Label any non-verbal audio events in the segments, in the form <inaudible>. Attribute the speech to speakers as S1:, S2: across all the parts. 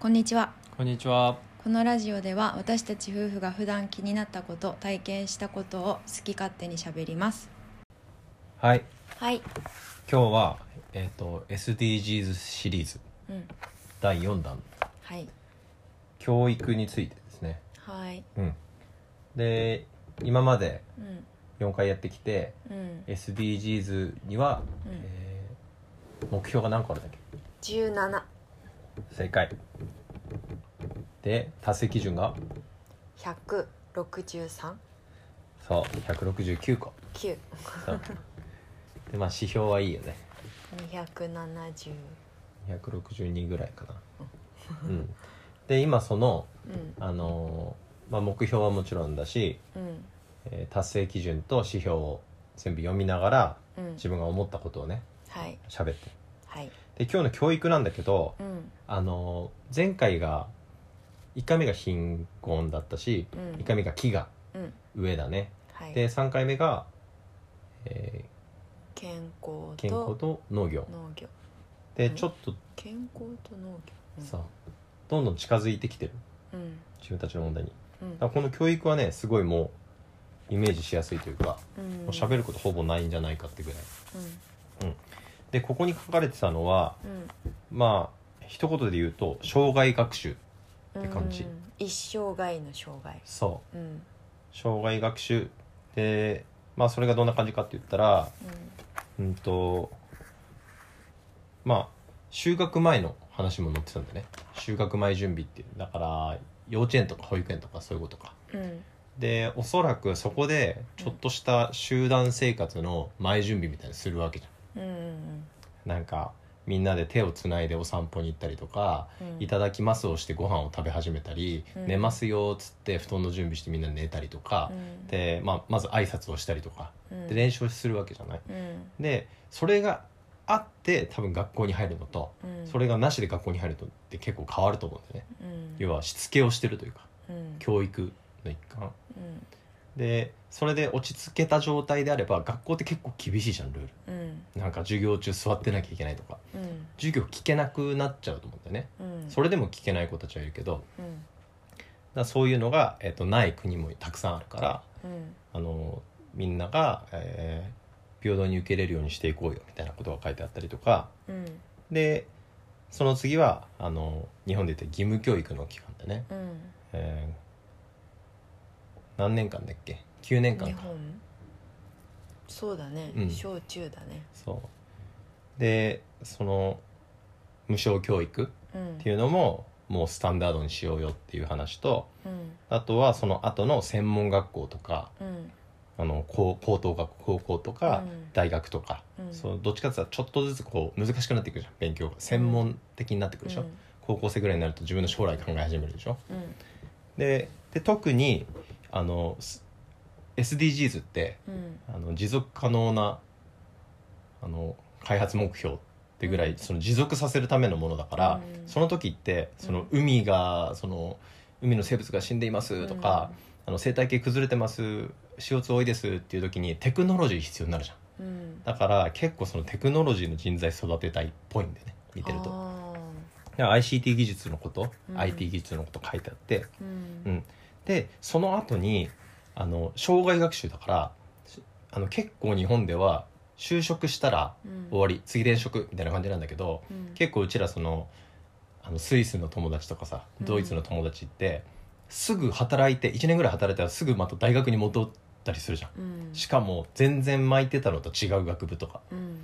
S1: こんにちは
S2: こんにちは。
S1: このラジオでは私たち夫婦が普段気になったこと体験したことを好き勝手にしゃべります
S2: はい。
S1: はい、
S2: 今日は、えっ、と、SDGs シリーズ
S1: うん、
S2: 第4弾、
S1: はい
S2: 教育についてですね。
S1: はい
S2: うん。で、今まで
S1: うん
S2: 4回やってきて、
S1: うん、
S2: SDGs には、
S1: うん、
S2: えー目標が何個あるんだっ
S1: 17
S2: け正解。で、達成基準が、
S1: 163
S2: そう、169個。
S1: 9
S2: そうで、まあ、指標はいいよね。
S1: 270
S2: 162ぐらいかな。うん。で、今その、
S1: うん
S2: あのーまあ、目標はもちろんだし、
S1: うん
S2: えー達成基準と指標を全部読みながら
S1: うん
S2: 自分が思ったことをね
S1: はい
S2: 喋って
S1: はい
S2: で今日の教育なんだけど、
S1: うん
S2: あのー前回が1回目が貧困だったし
S1: うん
S2: 1回目が飢餓
S1: うん
S2: 上だね
S1: はい
S2: で3回目が、え
S1: 健康
S2: ー健康
S1: と
S2: と農業
S1: 農業
S2: で
S1: うん
S2: ちょっと
S1: 健康と農業
S2: さどんどん近づいてきてる
S1: うん
S2: 自分たちの問題に
S1: うん
S2: だからこの教育はねすごいもうイメージしやすいというか
S1: うん
S2: もう喋ることほぼないんじゃないかってぐらい
S1: うん
S2: でここに書かれてたのは
S1: うん
S2: まあ一言で言うと障害学習って感じ
S1: うん一生涯の障害
S2: そ
S1: うん
S2: う障害学習でまあそれがどんな感じかって言ったらうんとまあ就学前の話も載ってたんだね就学前準備っていうだから幼稚園とか保育園とかそういうことか
S1: うんうん
S2: でおそらくそこでちょっとした集団生活の前準備みたいにするわけじゃ
S1: うんうん
S2: んなんかみんなで手をつないでお散歩に行ったりとか
S1: うん
S2: いただきますをしてご飯を食べ始めたり、
S1: うん
S2: 寝ますよっつって布団の準備してみんな寝たりとか、
S1: うん
S2: でまあ、まず挨拶をしたりとか
S1: うん
S2: で練習をするわけじゃない。
S1: うん
S2: でそれがあって多分学校に入るのと、
S1: うん
S2: それがなしで学校に入るとって結構変わると思うんだよね。
S1: うん
S2: 要はしつけをしてるというか
S1: うん
S2: 教育の一環
S1: うん
S2: でそれで落ち着けた状態であれば学校って結構厳しいじゃんルール
S1: うん
S2: なんか授業中座ってなきゃいけないとか
S1: うん
S2: 授業聞けなくなっちゃうと思うんだよね
S1: うん
S2: それでも聞けない子たちはいるけど
S1: うん
S2: だからそういうのが、えっとない国もたくさんあるから
S1: うん
S2: あのみんなが、えー平等に受け入れるようにしていこうよみたいなことが書いてあったりとか
S1: うん
S2: でその次はあの日本で言って義務教育の期間でね、
S1: うん
S2: えー何年間だっけ9年間
S1: 日
S2: か
S1: 本そうだね
S2: うん
S1: 小中だね
S2: そうでその無償教育
S1: うん
S2: っていうのももうスタンダードにしようよっていう話と
S1: うん
S2: あとはその後の専門学校とか
S1: うん
S2: あの高高等学校高校とか、
S1: うん
S2: 大学とか、
S1: うん
S2: そうどっちかっていうとちょっとずつこう難しくなっていくじゃん勉強が専門的になってくるでしょ、
S1: うん
S2: 高校生ぐらいになると自分の将来考え始めるでしょ
S1: うん
S2: でで特にあのす SDGs って
S1: うん
S2: あの持続可能なあの開発目標ってぐらい、その持続させるためのものだから、
S1: うん
S2: その時ってその海が、その海の生物が死んでいますとか、あの生態系崩れてます CO2 多いですっていう時にテクノロジー必要になるじゃん
S1: うん
S2: だから結構そのテクノロジーの人材育てたいっぽいんだよね見てると
S1: あ
S2: だから ICT 技術のこと、
S1: うん
S2: IT 技術のこと書いてあって
S1: ーうん
S2: うんでその後にあの障害学習だからしあの結構日本では就職したら
S1: うん
S2: 終わり次転職みたいな感じなんだけど
S1: うん
S2: 結構うちらそのあのスイスの友達とかさ
S1: うん
S2: ドイツの友達って、すぐ働いて1年ぐらい働いたらすぐまた大学に戻ったりするじゃん
S1: うん
S2: しかも全然巻いてたのと違う学部とか
S1: うん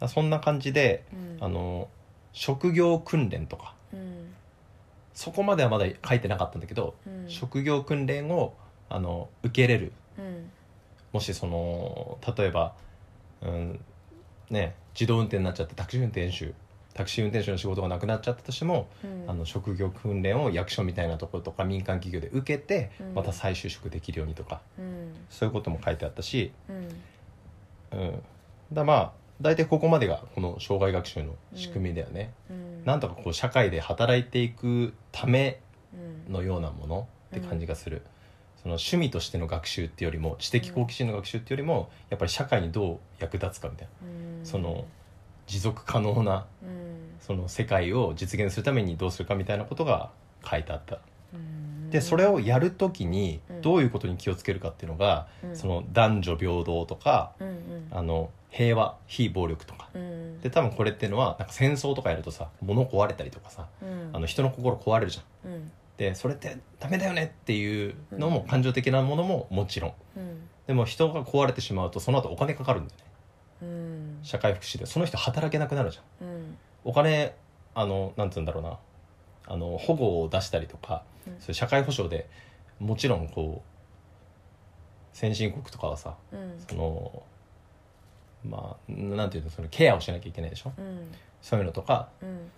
S2: だそんな感じで
S1: うん
S2: あの職業訓練とか
S1: うん
S2: そこまではまだ書いてなかったんだけど、
S1: うん
S2: 職業訓練をあの受けれる
S1: うん
S2: もしその例えば、うんね、自動運転になっちゃってタクシー運転手タクシー運転手の仕事がなくなっちゃったとしても、
S1: うん
S2: あの職業訓練を役所みたいなところとか民間企業で受けて
S1: うん
S2: また再就職できるようにとか、
S1: うん
S2: そういうことも書いてあったし、
S1: うん
S2: うん、だまあ大体ここまでがこの障害学習の仕組みだよね。
S1: うん
S2: なんとかこう社会で働いていくため
S1: うん
S2: のようなものって感じがする、その趣味としての学習ってよりも知的好奇心の学習ってよりもやっぱり社会にどう役立つかみたいな
S1: うん
S2: その持続可能な
S1: うん
S2: その世界を実現するためにどうするかみたいなことが書いてあった
S1: うん
S2: でそれをやるときに
S1: うん
S2: どういうことに気をつけるかっていうのが、
S1: うん
S2: その男女平等とか
S1: うんうん
S2: あの平和非暴力とか
S1: うん
S2: で多分これっていうのはなんか戦争とかやるとさ物壊れたりとかさ
S1: うん
S2: あの人の心壊れるじゃん
S1: うん
S2: でそれってダメだよねっていうのも感情的なものももちろん
S1: うん
S2: でも人が壊れてしまうとその後お金かかるんだよね
S1: うん
S2: 社会福祉でその人働けなくなるじゃん
S1: うん
S2: お金あのなんて言うんだろうなあの保護を出したりとか、
S1: うん
S2: そういう社会保障でもちろんこう先進国とかはさ
S1: うん
S2: そのまあなんていうのそのケアをしなきゃいけないでしょ
S1: うん
S2: そういうのとか
S1: うん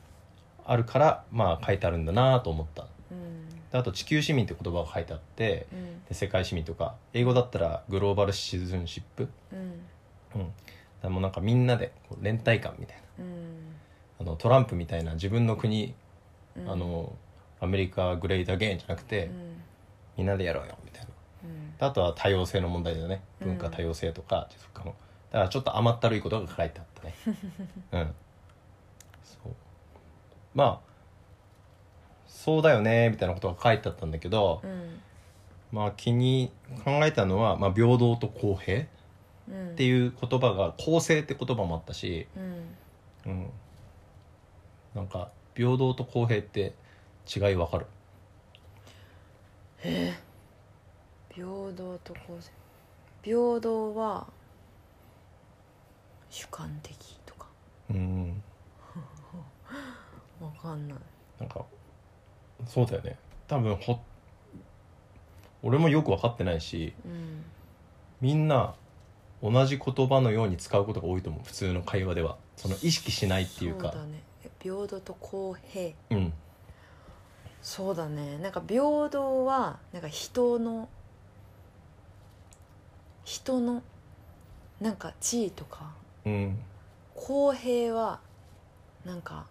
S2: あるからまあ書いてあるんだなと思った
S1: うん
S2: であと地球市民って言葉が書いてあって
S1: うん
S2: で世界市民とか英語だったらグローバルシチズンシップ、
S1: うん
S2: うん、でもうなんかみんなでこう連帯感みたいな
S1: うん
S2: あのトランプみたいな自分の国
S1: うん
S2: あのアメリカグレートアゲインじゃなくて、
S1: うん
S2: みんなでやろうよみたいな
S1: うん
S2: あとは多様性の問題だよね
S1: うん
S2: 文化多様性とか持続可能だからちょっと甘ったるいことが書いてあったね
S1: <laughs>
S2: うんそうまあそうだよねみたいなことが書いてあったんだけど、
S1: うん
S2: まあ気に考えたのは、まあ、平等と公平っ
S1: うん
S2: ていう言葉が公正って言葉もあったし、
S1: うん
S2: うん、なんか平等と公平って違いわかる
S1: 平等と公正平等は主観的とか
S2: うん
S1: わかんない
S2: なんかそうだよね多分ほ俺もよく分かってないし
S1: うん
S2: みんな同じ言葉のように使うことが多いと思う普通の会話ではその意識しないっていうか
S1: そうだねえ平等と公平
S2: うん
S1: そうだねなんか平等はなんか人の人のなんか地位とか
S2: うん
S1: 公平はなんか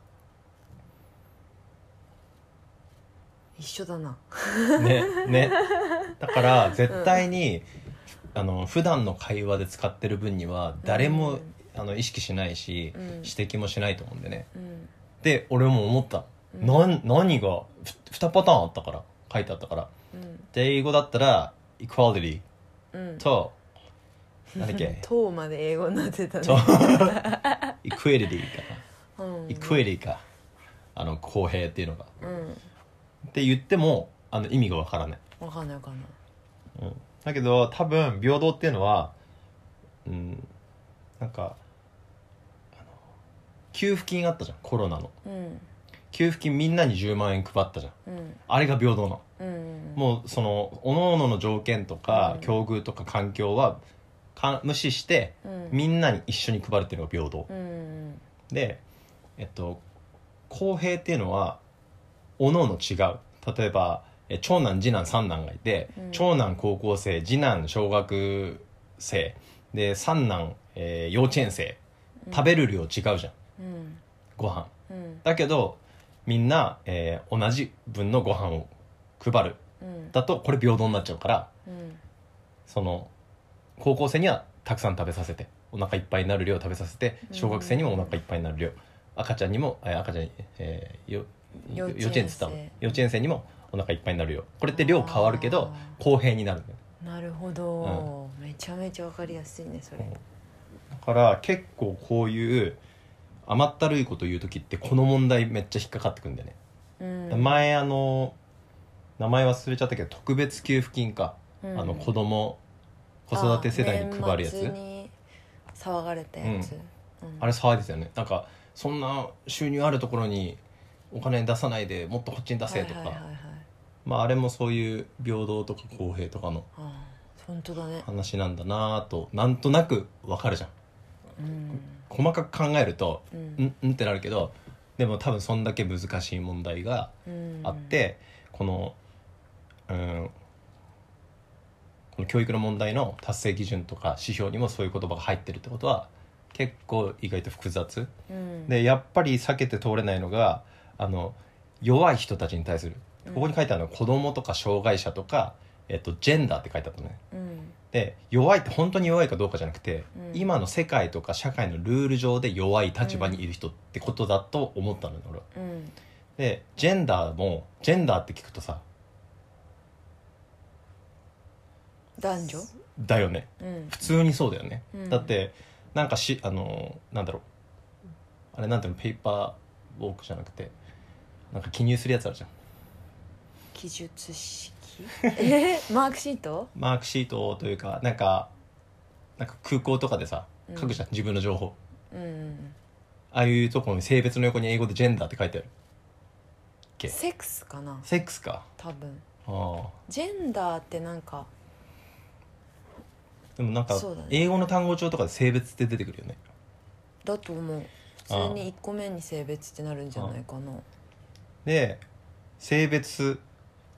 S1: 一緒だな
S2: ねねだから絶対に、あの普段の会話で使ってる分には誰
S1: う
S2: も、
S1: ん
S2: あの意識しないし、
S1: うん
S2: 指摘もしないと思うんでね
S1: うん
S2: で俺も思った、
S1: うん
S2: なん何が2パターンあったから書いてあったから
S1: うん
S2: で英語だったら「equality」
S1: うん
S2: となんだっ
S1: <laughs>
S2: け
S1: とうまで英語になってたね
S2: と equality か
S1: うん、
S2: equality かあの公平っていうのが
S1: うん
S2: って言ってもあの意味がわからない、
S1: わかんないわかんない
S2: うん、だけど多分平等っていうのはうんなんかあの給付金あったじゃんコロナの
S1: うん
S2: 給付金みんなに10万円配ったじゃん
S1: うん
S2: あれが平等なの
S1: うん
S2: もうその各々の条件と
S1: う
S2: か
S1: ん
S2: 境遇とか環境はか無視して
S1: うん
S2: みんなに一緒に配るっていうのが平等
S1: うんうん
S2: で、えっと、公平っていうのはおのおの違う例えばえ長男次男三男がいて、
S1: うん
S2: 長男高校生次男小学生で三男、えー幼稚園生食べる量違うじゃん、
S1: うん
S2: ご飯
S1: うん
S2: だけどみんな、えー同じ分のご飯を配る
S1: うん
S2: だとこれ平等になっちゃうから
S1: うん
S2: その高校生にはたくさん食べさせてお腹いっぱいになる量を食べさせて
S1: うん
S2: 小学生にもお腹いっぱいになる量、赤ちゃんにもえー赤ちゃんに、えーよ
S1: 幼
S2: 幼
S1: 稚園生
S2: 稚園っつったもん幼稚園生にもお腹いっぱいになる量これって量変わるけど
S1: あー
S2: 公平になるんだよ
S1: なるほど、めちゃめちゃわかりやすいねそれ、
S2: だから結構こういう甘ったるいこと言う時ってこの問題めっちゃ引っかかってくんだよね、
S1: うん、
S2: 前あの名前忘れちゃったけど特別給付金か、
S1: うん
S2: あの子供子育て世代に配るやつ
S1: あ年末に騒がれたやつ、うん
S2: あれ騒いですよねなんかそんな収入あるところにお金出さないでもっとこっちに出せとか、
S1: はいはいはいはい
S2: まあ、あれもそういう平等とか公平とかの
S1: あー本当だね
S2: 話なんだなぁとなんとなくわかるじゃん
S1: うん
S2: 細かく考えると
S1: う
S2: うんんうんってなるけどでも多分そんだけ難しい問題が
S1: うん
S2: あって、このうんこの教育の問題の達成基準とか指標にもそういう言葉が入ってるってことは結構意外と複雑、
S1: うん
S2: でやっぱり避けて通れないのがあの弱い人たちに対するここに書いてあるのは子供とか障害者とか、えっと、ジェンダーって書いてあったのね
S1: うん
S2: で弱いって本当に弱いかどうかじゃなくて、
S1: うん
S2: 今の世界とか社会のルール上で弱い立場にいる人ってことだと思ったのね、俺は
S1: うん
S2: でジェンダーもジェンダーって聞くとさ
S1: 男女
S2: だよね
S1: うん
S2: 普通にそうだよね、
S1: うん
S2: だってなんかしあのーなんだろうあれなんていうのペーパーウォークじゃなくてなんか記入するやつあるじゃん
S1: 記述式 <laughs> えマークシート
S2: マークシートというかなんかなんか空港とかでさ
S1: うん
S2: 書くじゃん、自分の情報
S1: うん
S2: ああいうとこに性別の横に英語でジェンダーって書いてあるえ
S1: セックスかな
S2: セックスか
S1: 多分
S2: ああ
S1: ジェンダーってなんか
S2: でもなんか
S1: そうだね
S2: 英語の単語帳とかで性別って出てくるよね
S1: だと思う普通に1個目に性別ってなるんじゃないかな
S2: で性別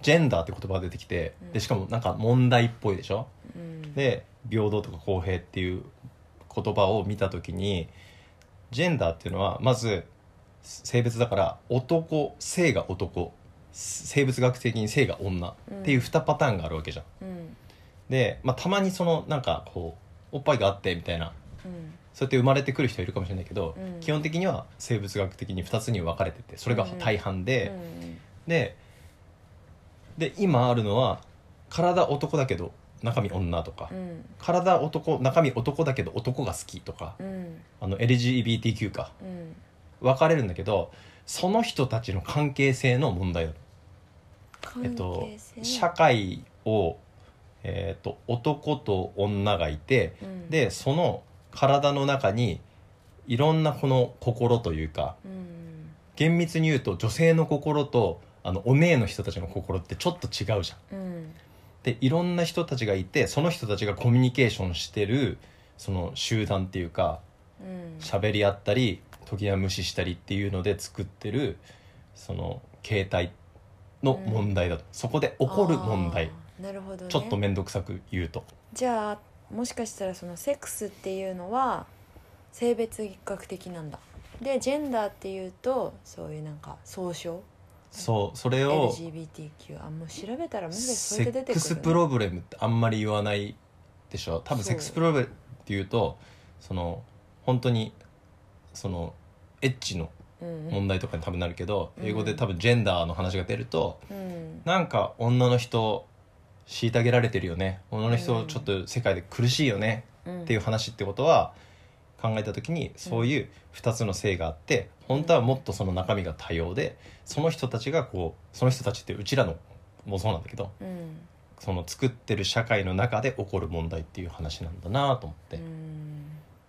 S2: ジェンダーって言葉が出てきて
S1: うん
S2: でしかもなんか問題っぽいでしょ
S1: うん
S2: で平等とか公平っていう言葉を見た時にジェンダーっていうのはまず性別だから男性が男生物学的に性が女っていう2パターンがあるわけじゃ
S1: う
S2: ん。
S1: ん
S2: で、まあ、たまにそのなんかこうおっぱいがあってみたいな
S1: うん
S2: そうやって生まれてくる人いるかもしれないけど、
S1: うん
S2: 基本的には生物学的に2つに分かれててそれが大半で、
S1: うん
S2: でで今あるのは体男だけど中身女とか、
S1: うん
S2: 体男中身男だけど男が好きとか
S1: うん
S2: あの LGBTQ か
S1: うん
S2: 分かれるんだけどその人たちの関係性の問題だ
S1: 関
S2: えっと
S1: 係性、
S2: 社会を、えっと男と女がいて
S1: うん、
S2: でその体の中にいろんなこの心というか
S1: うん
S2: 厳密に言うと女性の心とあのお姉の人たちの心ってちょっと違うじゃん。
S1: うん
S2: でいろんな人たちがいてその人たちがコミュニケーションしてるその集団っていうか
S1: うん
S2: 喋り合ったり時は無視したりっていうので作ってるその形態の問題だと、そこで起こる問題
S1: あーなるほど、ね、
S2: ちょっと面倒くさく言うと
S1: じゃあもしかしたらそのセックスっていうのは性別学的なんだでジェンダーっていうとそういうなんか総称
S2: そうそれを
S1: LGBTQ あもう調べたらもしかしてそ
S2: セ
S1: れで出てくる、
S2: ック
S1: ね、
S2: スプロブレムってあんまり言わないでしょ多分
S1: そう
S2: セックスプロブレムっていうとその本当にそのエッチの
S1: うんうん
S2: 問題とかに多分なるけど、
S1: うん
S2: 英語で多分ジェンダーの話が出ると
S1: うん
S2: なんか女の人虐げられてるよね女の人ちょっと世界で苦しいよね
S1: うん
S2: っていう話ってことは考えた時にそういう2つの性があって本当はもっとその中身が多様でその人たちがこうその人たちってうちらのもそうなんだけど
S1: うん
S2: その作ってる社会の中で起こる問題っていう話なんだなと思って
S1: うん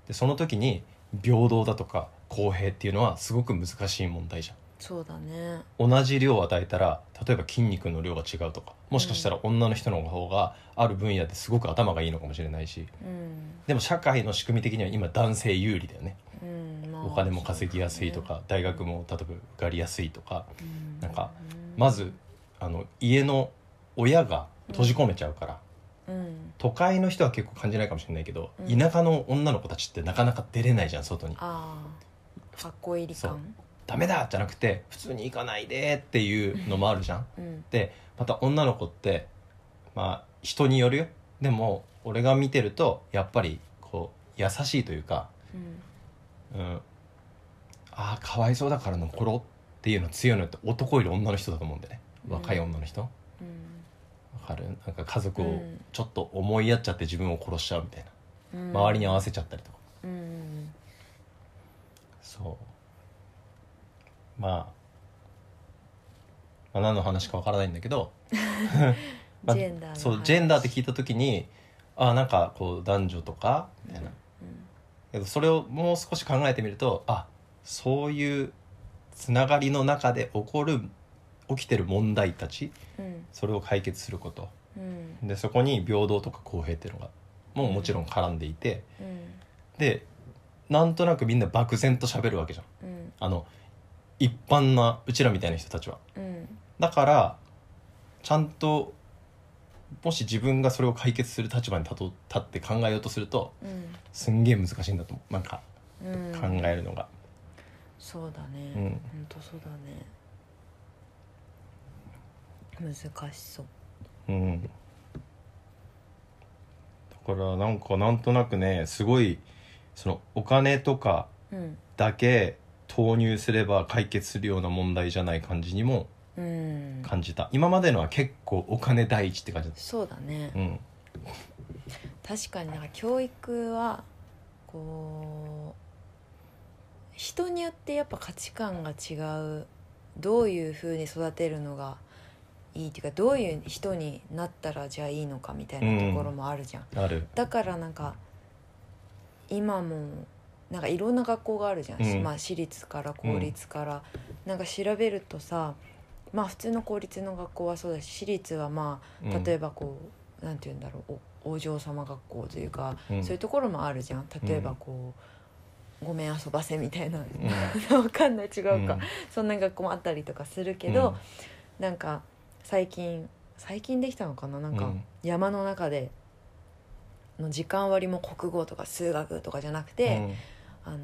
S2: でその時に平等だとか公平っていうのはすごく難しい問題じゃん。
S1: そうだね
S2: 同じ量を与えたら例えば筋肉の量が違うとかもしかしたら女の人の方がある分野ですごく頭がいいのかもしれないし
S1: うん
S2: でも社会の仕組み的には今男性有利だよね
S1: うんまあ
S2: お金も稼ぎやすいとか大学も例えば受かりやすいとか
S1: そうだね
S2: なんか
S1: うん
S2: まずあの家の親が閉じ込めちゃうから
S1: うん
S2: 都会の人は結構感じないかもしれないけど
S1: うん
S2: 田舎の女の子たちってなかなか出れないじゃん外に
S1: ああかっこ入り感
S2: ダメだじゃなくて普通に行かないでっていうのもあるじゃん
S1: うん
S2: でまた女の子ってまあ人によるよでも俺が見てるとやっぱりこう優しいというか、
S1: うん
S2: うん、ああかわいそうだから残ろうっていうの強いのって男より女の人だと思うんだよね若い女の人わ、
S1: うん
S2: かるなんか家族
S1: う
S2: を
S1: ん
S2: ちょっと思いやっちゃって自分を殺しちゃうみたいな、
S1: うん
S2: 周りに合わせちゃったりとか
S1: うん
S2: そうまあまあ何の話かわからないんだけどまあ
S1: ジェンダーの話
S2: そうジェンダーって聞いた時にあなんかこう男女とかみたいな、けどそれをもう少し考えてみるとあそういうつながりの中で起こる起きてる問題たち
S1: うん
S2: それを解決すること
S1: うん
S2: でそこに平等とか公平っていうのがもうもちろん絡んでいて
S1: うん
S2: でなんとなくみんな漠然と喋るわけじゃん
S1: うん
S2: あの一般なうちらみたいな人たちは
S1: うん
S2: だからちゃんともし自分がそれを解決する立場に立と立って考えようとすると
S1: うん
S2: すんげえ難しいんだと思うなんか
S1: うん
S2: 考えるのが、
S1: そうだ
S2: うん
S1: ね本当そうだね難しそう
S2: うんだからなんかなんとなくねすごいそのお金とか
S1: うん
S2: だけ投入すれば解決するような問題じゃない感じにも
S1: うん
S2: 感じた今までのは結構お金第一って感じだっ
S1: そうだね
S2: たうん
S1: 確かになんか教育はこう人によってやっぱ価値観が違うどういうふうに育てるのがいいっていうかどういう人になったらじゃあいいのかみたいなところもあるじゃん、
S2: ある
S1: だからなんか今もなんかいろんな学校があるじゃん、
S2: うん
S1: まあ、私立から公立から、なんか調べるとさまあ普通の公立の学校はそうだし私立はまあ例え
S2: ば、
S1: ばこう、なんて言うんだろうおお嬢様学校というか、
S2: うん
S1: そういうところもあるじゃん例えばこう、ごめん遊ばせみたいな、 <laughs> わかんない違うか、
S2: うん
S1: そんな学校もあったりとかするけど、なんか最近最近できたのかななんか、
S2: うん
S1: 山の中での時間割も国語とか数学とかじゃなく
S2: うん
S1: て、あのー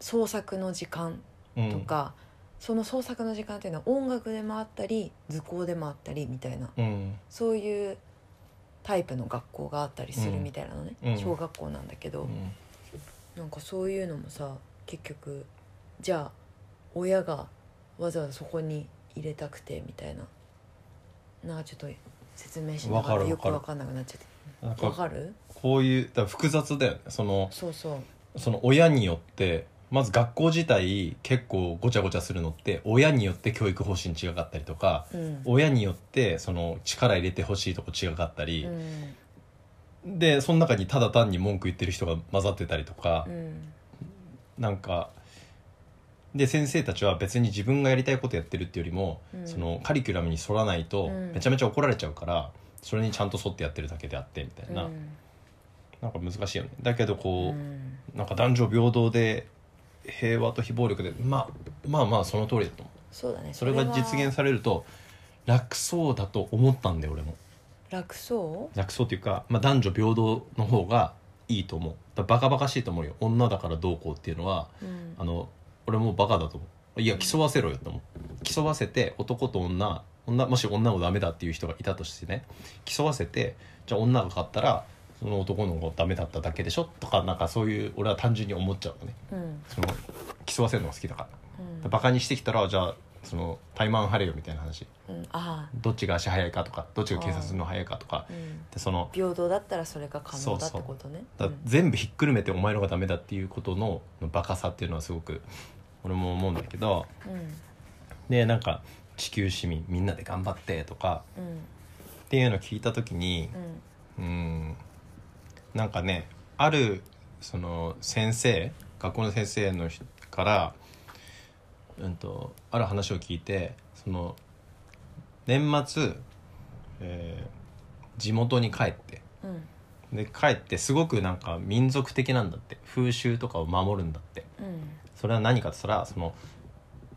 S1: 創作の時間
S2: うん
S1: とか、その創作の時間っていうのは音楽でもあったり図工でもあったりみたいな
S2: うん
S1: そういうタイプの学校があったりするみたいなのね、
S2: うん
S1: 小学校なんだけど、
S2: うん
S1: なんかそういうのもさ結局じゃあ親がわざわざそこに入れたくてみたいななんかちょっと説明しなが
S2: わ
S1: ら
S2: かる
S1: よくわ
S2: わ
S1: かんなくなっちゃって
S2: なん
S1: わ
S2: か
S1: かる
S2: こういうだから複雑だよねその
S1: そうそう
S2: その親によってまず学校自体結構ごちゃごちゃするのって親によって教育方針違かったりとか
S1: うん
S2: 親によってその力入れてほしいとこ違かったり
S1: う、ん
S2: でその中にただ単に文句言ってる人が混ざってたりとか
S1: う、ん
S2: なんかで先生たちは別に自分がやりたいことやってるっていうよりも、
S1: うん
S2: そのカリキュラムに沿らないと
S1: うん
S2: めちゃめちゃ怒られちゃうから、それにちゃんと沿ってやってるだけであってみたいな、
S1: うん
S2: なんか難しいよねだけどこう、
S1: うん
S2: なんか男女平等で平和と非暴力で、まあ、まあまあその通りだと思う
S1: そうだね
S2: それが実現
S1: は
S2: されると楽そうだと思ったんだよ俺も
S1: 楽そ
S2: 楽そうっていうか、まあ、男女平等の方がいいと思うだバカバカしいと思うよ女だからどうこうっていうのは
S1: う、うん
S2: あの俺もバカだと思ういや競わせろよと思う競わせて男と女女もし女をダメだっていう人がいたとしてね競わせてじゃあ女が勝ったらその男の子ダメだっただけでしょとかなんかそういう俺は単純に思っちゃうのね
S1: うんうん
S2: その競わせるのが好きだからバカにしてきたらじゃあその怠慢張れよみたいな話
S1: うんああ
S2: どっちが足早いかとかどっちが警察の早いかとか
S1: うん
S2: でその
S1: 平等だったらそれが可能だっ
S2: そうそ
S1: て
S2: う
S1: ことね
S2: だ全部ひっくるめてお前のがダメだっていうことののバカさっていうのはすごく俺も思うんだけど
S1: うん
S2: でなんか地球市民みんなで頑張ってとか
S1: うん
S2: っていうのを聞いた時に
S1: うん
S2: うーんなんかねあるその先生学校の先生の人から、うん、とある話を聞いてその年末、えー地元に帰って
S1: うん
S2: で帰ってすごくなんか民族的なんだって風習とかを守るんだって
S1: うん
S2: それは何かって言ったらその、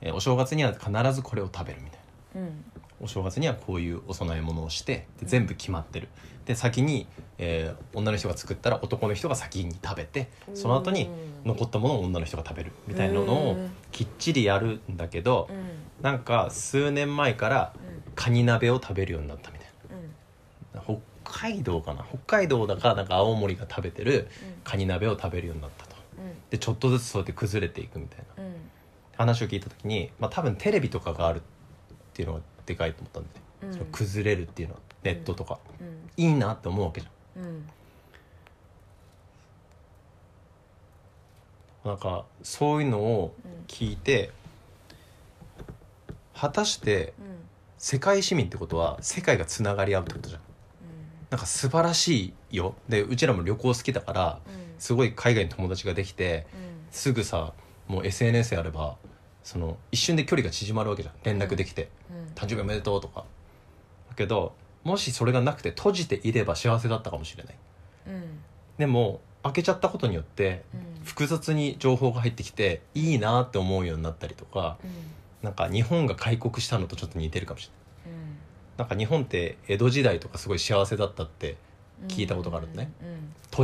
S2: えーお正月には必ずこれを食べるみたいな。
S1: うん
S2: お正月にはこういうお供え物をしてで全部決まってるで先に、えー女の人が作ったら男の人が先に食べてその後に残ったものを女の人が食べるみたいなの
S1: う
S2: を
S1: ん
S2: きっちりやるんだけど
S1: うん
S2: なんか数年前から
S1: うん
S2: カニ鍋を食べるようになったみたい
S1: うん
S2: な北海道かな北海道だかなんか青森が食べてる
S1: う
S2: カニ鍋を食べるようになったと
S1: ん
S2: でちょっとずつそうやって崩れていくみたいな
S1: うん
S2: 話を聞いた時に、まあ、多分テレビとかがあるっていうのがでかいと思ったんで、ね
S1: うん
S2: その崩れるっていうのはネットとか、
S1: うん
S2: いいなって思うわけじゃ
S1: うん
S2: んなんかそういうのを
S1: うん
S2: 聞いて果たして世界市民ってことは世界がつながり合うってことじゃんなんか素晴らしいよでうちらも旅行好きだからすごい海外に友達ができてすぐさもう SNS やればその一瞬で距離が縮まるわけじゃん連絡できて、誕生日おめでとうとかだけどもしそれがなくて閉じていれば幸せだったかもしれないでも開けちゃったことによって複雑に情報が入ってきていいなって思うようになったりとかなんか日本が開国したのとちょっと似てるかもしれないなんか日本って江戸時代とかすごい幸せだったって閉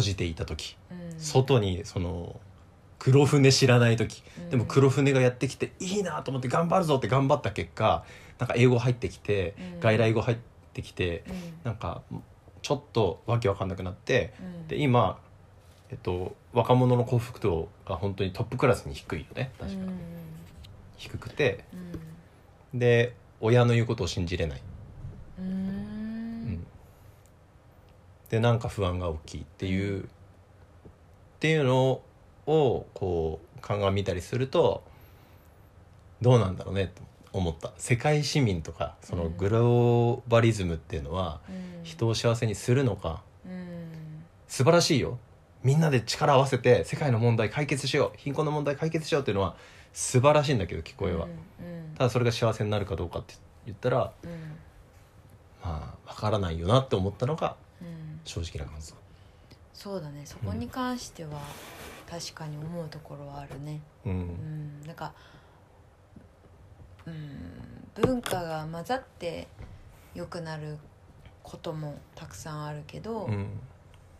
S2: じていた時外にその黒船知らない時でも黒船がやってきていいなと思って頑張るぞって頑張った結果なんか英語入ってきて
S1: うん
S2: 外来語入ってきてなんかちょっとわけわかんなくなって
S1: うん
S2: で今、えっと、若者の幸福度が本当にトップクラスに低いよね確か、
S1: うん
S2: 低くて
S1: うん
S2: で親の言うことを信じれない、
S1: う
S2: うんんでなんか不安が大きいっていうっていうのをこう鑑みたりするとどうなんだろうねと思った世界市民とかその
S1: うん
S2: グローバリズムっていうのは
S1: うん
S2: 人を幸せにするのか
S1: うん
S2: 素晴らしいよみんなで力を合わせて世界の問題解決しよう貧困の問題解決しようっていうのは素晴らしいんだけど聞こえは、
S1: うん
S2: ただそれが幸せになるかどうかって言ったら
S1: うんうん
S2: まあわからないよなって思ったのが
S1: うん
S2: 正直な感想
S1: そうだねそこに関しては確かに思うところはあるね
S2: う
S1: うんんなんかうん文化が混ざって良くなることもたくさんあるけど、
S2: うん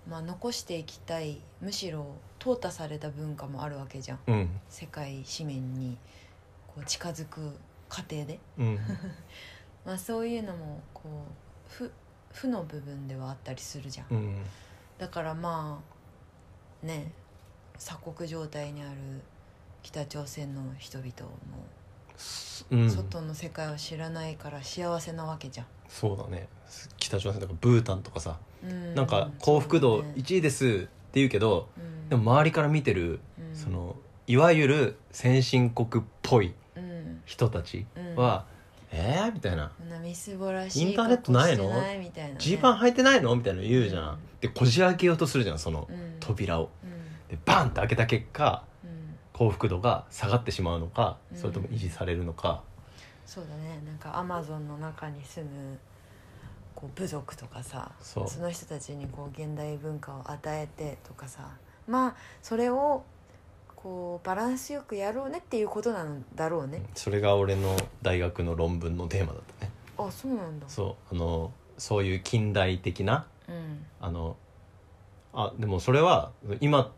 S1: まあ、残していきたいむしろ淘汰された文化もあるわけじゃん
S2: うん
S1: 世界市民にこう近づく過程で、
S2: うん
S1: まあ、そういうのもこう負負の部分ではあったりするじゃん、
S2: うん
S1: だからまあね鎖国状態にある北朝鮮の人々も <laughs>
S2: うん
S1: 外の世界を知らないから幸せなわけじゃん、
S2: そうだね北朝鮮とかブータンとかさ
S1: うん、
S2: なんか幸福度
S1: そうだね
S2: 1位ですって言うけど
S1: うん
S2: でも周りから見てる
S1: うん
S2: そのいわゆる先進国っぽい
S1: うん
S2: 人たち
S1: うん
S2: は、えーみたいな
S1: こんなみすぼらしい
S2: インターネットないの
S1: 格好してないみたいなね
S2: ジーパン履いてないのみたいなの言うじゃ
S1: うん
S2: んでこじ開けようとするじゃんその
S1: うん
S2: 扉を
S1: うん
S2: でバンって開けた結果
S1: うん
S2: 幸福度が下がってしまうのか
S1: うん
S2: それとも維持されるのか、
S1: そうだねなんかアマゾンの中に住むこう部族とかさ
S2: そう
S1: の人たちにこう現代文化を与えてとかさまあそれをこうバランスよくやろうねっていうことなんだろうね、
S2: それが俺の大学の論文のテーマだったね
S1: あそうなんだ
S2: そうあのそういう近代的な
S1: うん
S2: あのあでもそれは今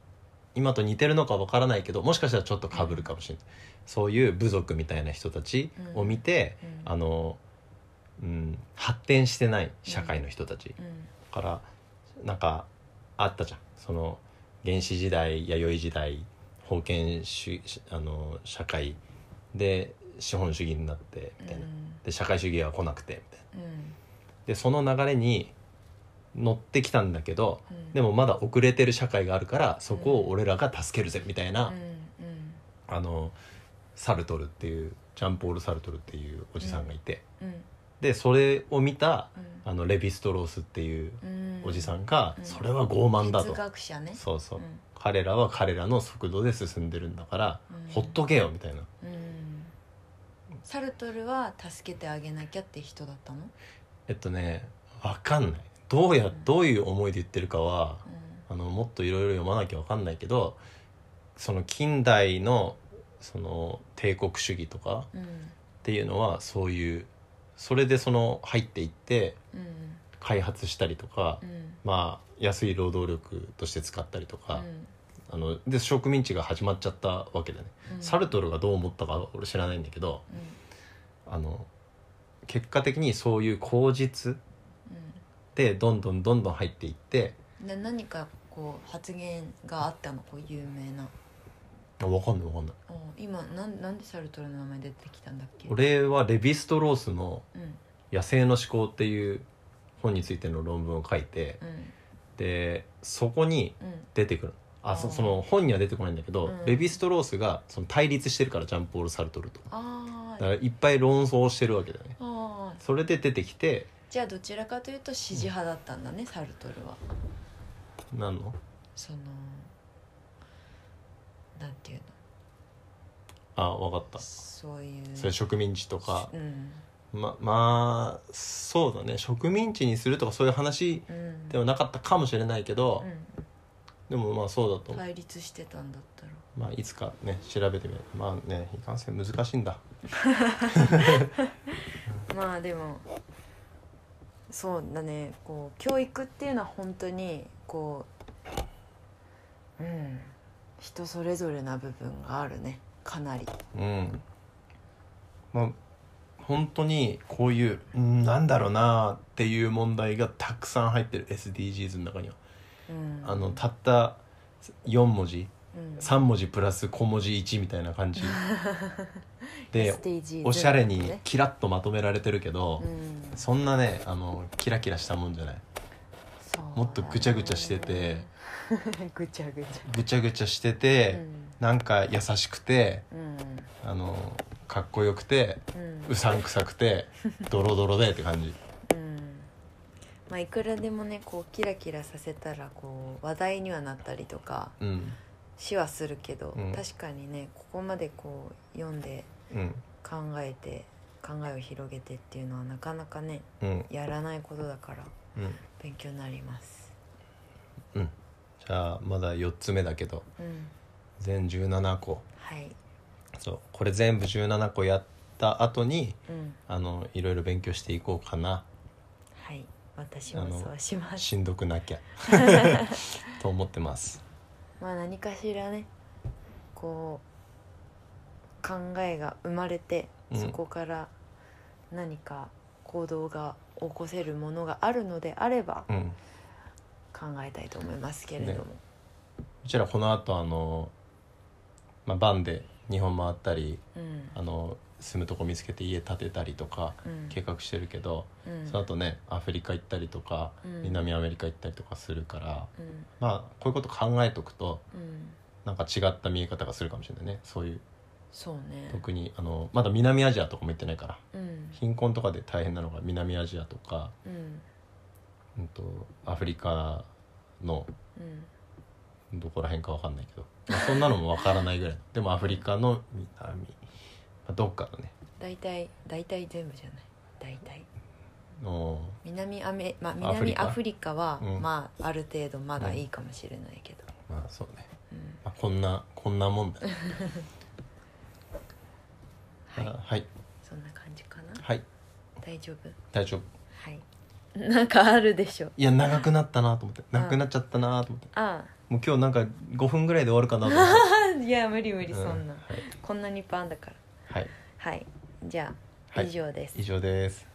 S2: 今と似てるのかわからないけどもしかしたらちょっと被るかもしれない、そういう部族みたいな人たちを見て、
S1: うん
S2: あの、うん、発展してない社会の人たち、
S1: うん
S2: だからなんかあったじゃんその原始時代弥生時代封建主あの社会で資本主義になってみたいな、で社会主義は来なくてみたいな
S1: うん
S2: でその流れに乗ってきたんだけど
S1: うん
S2: でもまだ遅れてる社会があるからそこを俺らが助けるぜみたいな、
S1: うんうん
S2: あのサルトルっていうジャンポール・サルトルっていうおじさんがいて、
S1: うん
S2: でそれを見た
S1: うん
S2: あのレヴィストロースっていう
S1: うん
S2: おじさんが、
S1: うん
S2: それは傲慢だと
S1: 哲。学者ね
S2: そうそう、
S1: ん
S2: 彼らは彼らの速度で進んでるんだから、
S1: うん
S2: ほっとけよみたいな
S1: うんサルトルは助けてあげなきゃって人だったの、
S2: えっとねわかんないどうや
S1: うん
S2: どういう思いで言ってるかは
S1: う
S2: あのもっといろいろ読まなきゃわかんないけどその近代のその帝国主義とか
S1: んうん
S2: っていうのはそういうそれでその入っていって
S1: うん
S2: 開発したりとか、
S1: うん
S2: まあ安い労働力として使ったりと
S1: う
S2: か、
S1: ん
S2: あので植民地が始まっちゃったわけだね、
S1: うん
S2: サルトルがどう思ったかは俺知らないんだけど、
S1: うん
S2: あの結果的にそういう口実
S1: うん
S2: でどんどんどんどん入っていって
S1: な何かこう発言があったのこう有名な
S2: あわかんないわかんない
S1: お今なんなんでサルトルの名前出てきたんだっけ
S2: 俺はレヴィストロースの
S1: うん
S2: 「野生の思考」っていう本についての論文を書いて
S1: うん
S2: でそこに
S1: うん
S2: 出てくるあそ
S1: あー
S2: その本には出てこないんだけど、
S1: うん
S2: レヴィストロースがその対立してるからジャンポール・サルトルとだ
S1: あ
S2: か
S1: ー
S2: らいっぱい論争をしてるわけだよね
S1: あー
S2: それで出てきて
S1: じゃあどちらかというと支持派だったんだね、サルトルは
S2: なんの
S1: そのなんていう
S2: あわかった
S1: のそういう
S2: それ植民地とか
S1: うん
S2: ままあそうだね植民地にするとかそういう話
S1: うん
S2: ではなかったかもしれないけど、
S1: う
S2: でもまあそうだと
S1: ん、
S2: 思う、
S1: 対立してたんだったら
S2: まあいつかね調べてみるまあねいかんせん難しいんだ
S1: まあでもそうだねこう教育っていうのは本当にこううん人それぞれな部分があるねかなり
S2: うんまあ本当にこういううんなんだろうなっていう問題がたくさん入ってる SDGs の中には
S1: うん
S2: あのたった4文字
S1: うん
S2: 3文字プラス小文字1みたい
S1: <laughs>
S2: な感じで
S1: SDGs
S2: おしゃれに
S1: ね
S2: キラッとまとめられてるけど、
S1: うん
S2: そんなねあのキラキラしたもんじゃない
S1: そう
S2: もっとぐちゃぐちゃしてて
S1: だね <laughs> ぐちゃぐち
S2: ぐちゃぐちゃして
S1: ゃう
S2: て、
S1: ん
S2: なんか優しくて
S1: うん
S2: あのかっこよくて
S1: うん
S2: うさんくさくてドロドロでって感じ
S1: うんまあいくらでもねこうキラキラさせたらこう話題にはなったりとか
S2: うん
S1: しはするけど、
S2: うん
S1: 確かにねここまでこう読んで
S2: うん
S1: 考えて考えを広げてっていうのはなかなかね
S2: うん
S1: やらないことだから
S2: うん
S1: 勉強になります
S2: うんじゃあまだ4つ目だけど
S1: うん
S2: 全17個
S1: はい
S2: そうこれ全部17個やった後に
S1: うん
S2: あのいろいろ勉強していこうかな
S1: はい私もそうします
S2: しんどくなきゃと思ってます
S1: まあ何かしらねこう考えが生まれて、
S2: うん
S1: そこから何か行動が起こせるものがあるのであれば
S2: うん
S1: 考えたいと思いますけれども、
S2: うちらこの後あの、まあ、バンで日本回ったり
S1: うん
S2: あの住むとこ見つけて家建てたりとか
S1: うん
S2: 計画してるけど、
S1: うん
S2: その後ねアフリカ行ったりとか、
S1: うん
S2: 南アメリカ行ったりとかするから
S1: うん
S2: まあこういうこと考えとくと
S1: うん
S2: なんか違った見え方がするかもしれないねそういう
S1: そうね
S2: 特にあのまだ南アジアとかも行ってないから
S1: うん
S2: 貧困とかで大変なのが南アジアとか、
S1: うん
S2: うん、とアフリカの
S1: うん
S2: どこら辺かわかんないけど、まあ、そんなのもわからないぐ <laughs> らいでもアフリカの南、まあ、どっかのね
S1: 大体大体全部じゃない大体
S2: の
S1: 南アメ、まあ、
S2: アフリ
S1: 南
S2: カ
S1: アフリカは
S2: うん
S1: まあある程度まだいいかもしれないけど、
S2: まあそうね、
S1: うん
S2: まあ、こんなこんなもんだね
S1: <laughs> はい
S2: あはい、
S1: そんな感じかな
S2: はい、
S1: 大丈夫
S2: 大丈夫
S1: はいなんかあるでしょ
S2: いや長くなったなと思って長くなっちゃったなと思って
S1: あ
S2: もう今日なんか5分ぐらいで終わるかなと思っ
S1: あいや無 <laughs> 理無
S2: て
S1: 理
S2: う
S1: そんな、
S2: はい
S1: こんなにパンだから
S2: はい、
S1: はいじゃあ、
S2: はい
S1: 以上です
S2: 以上です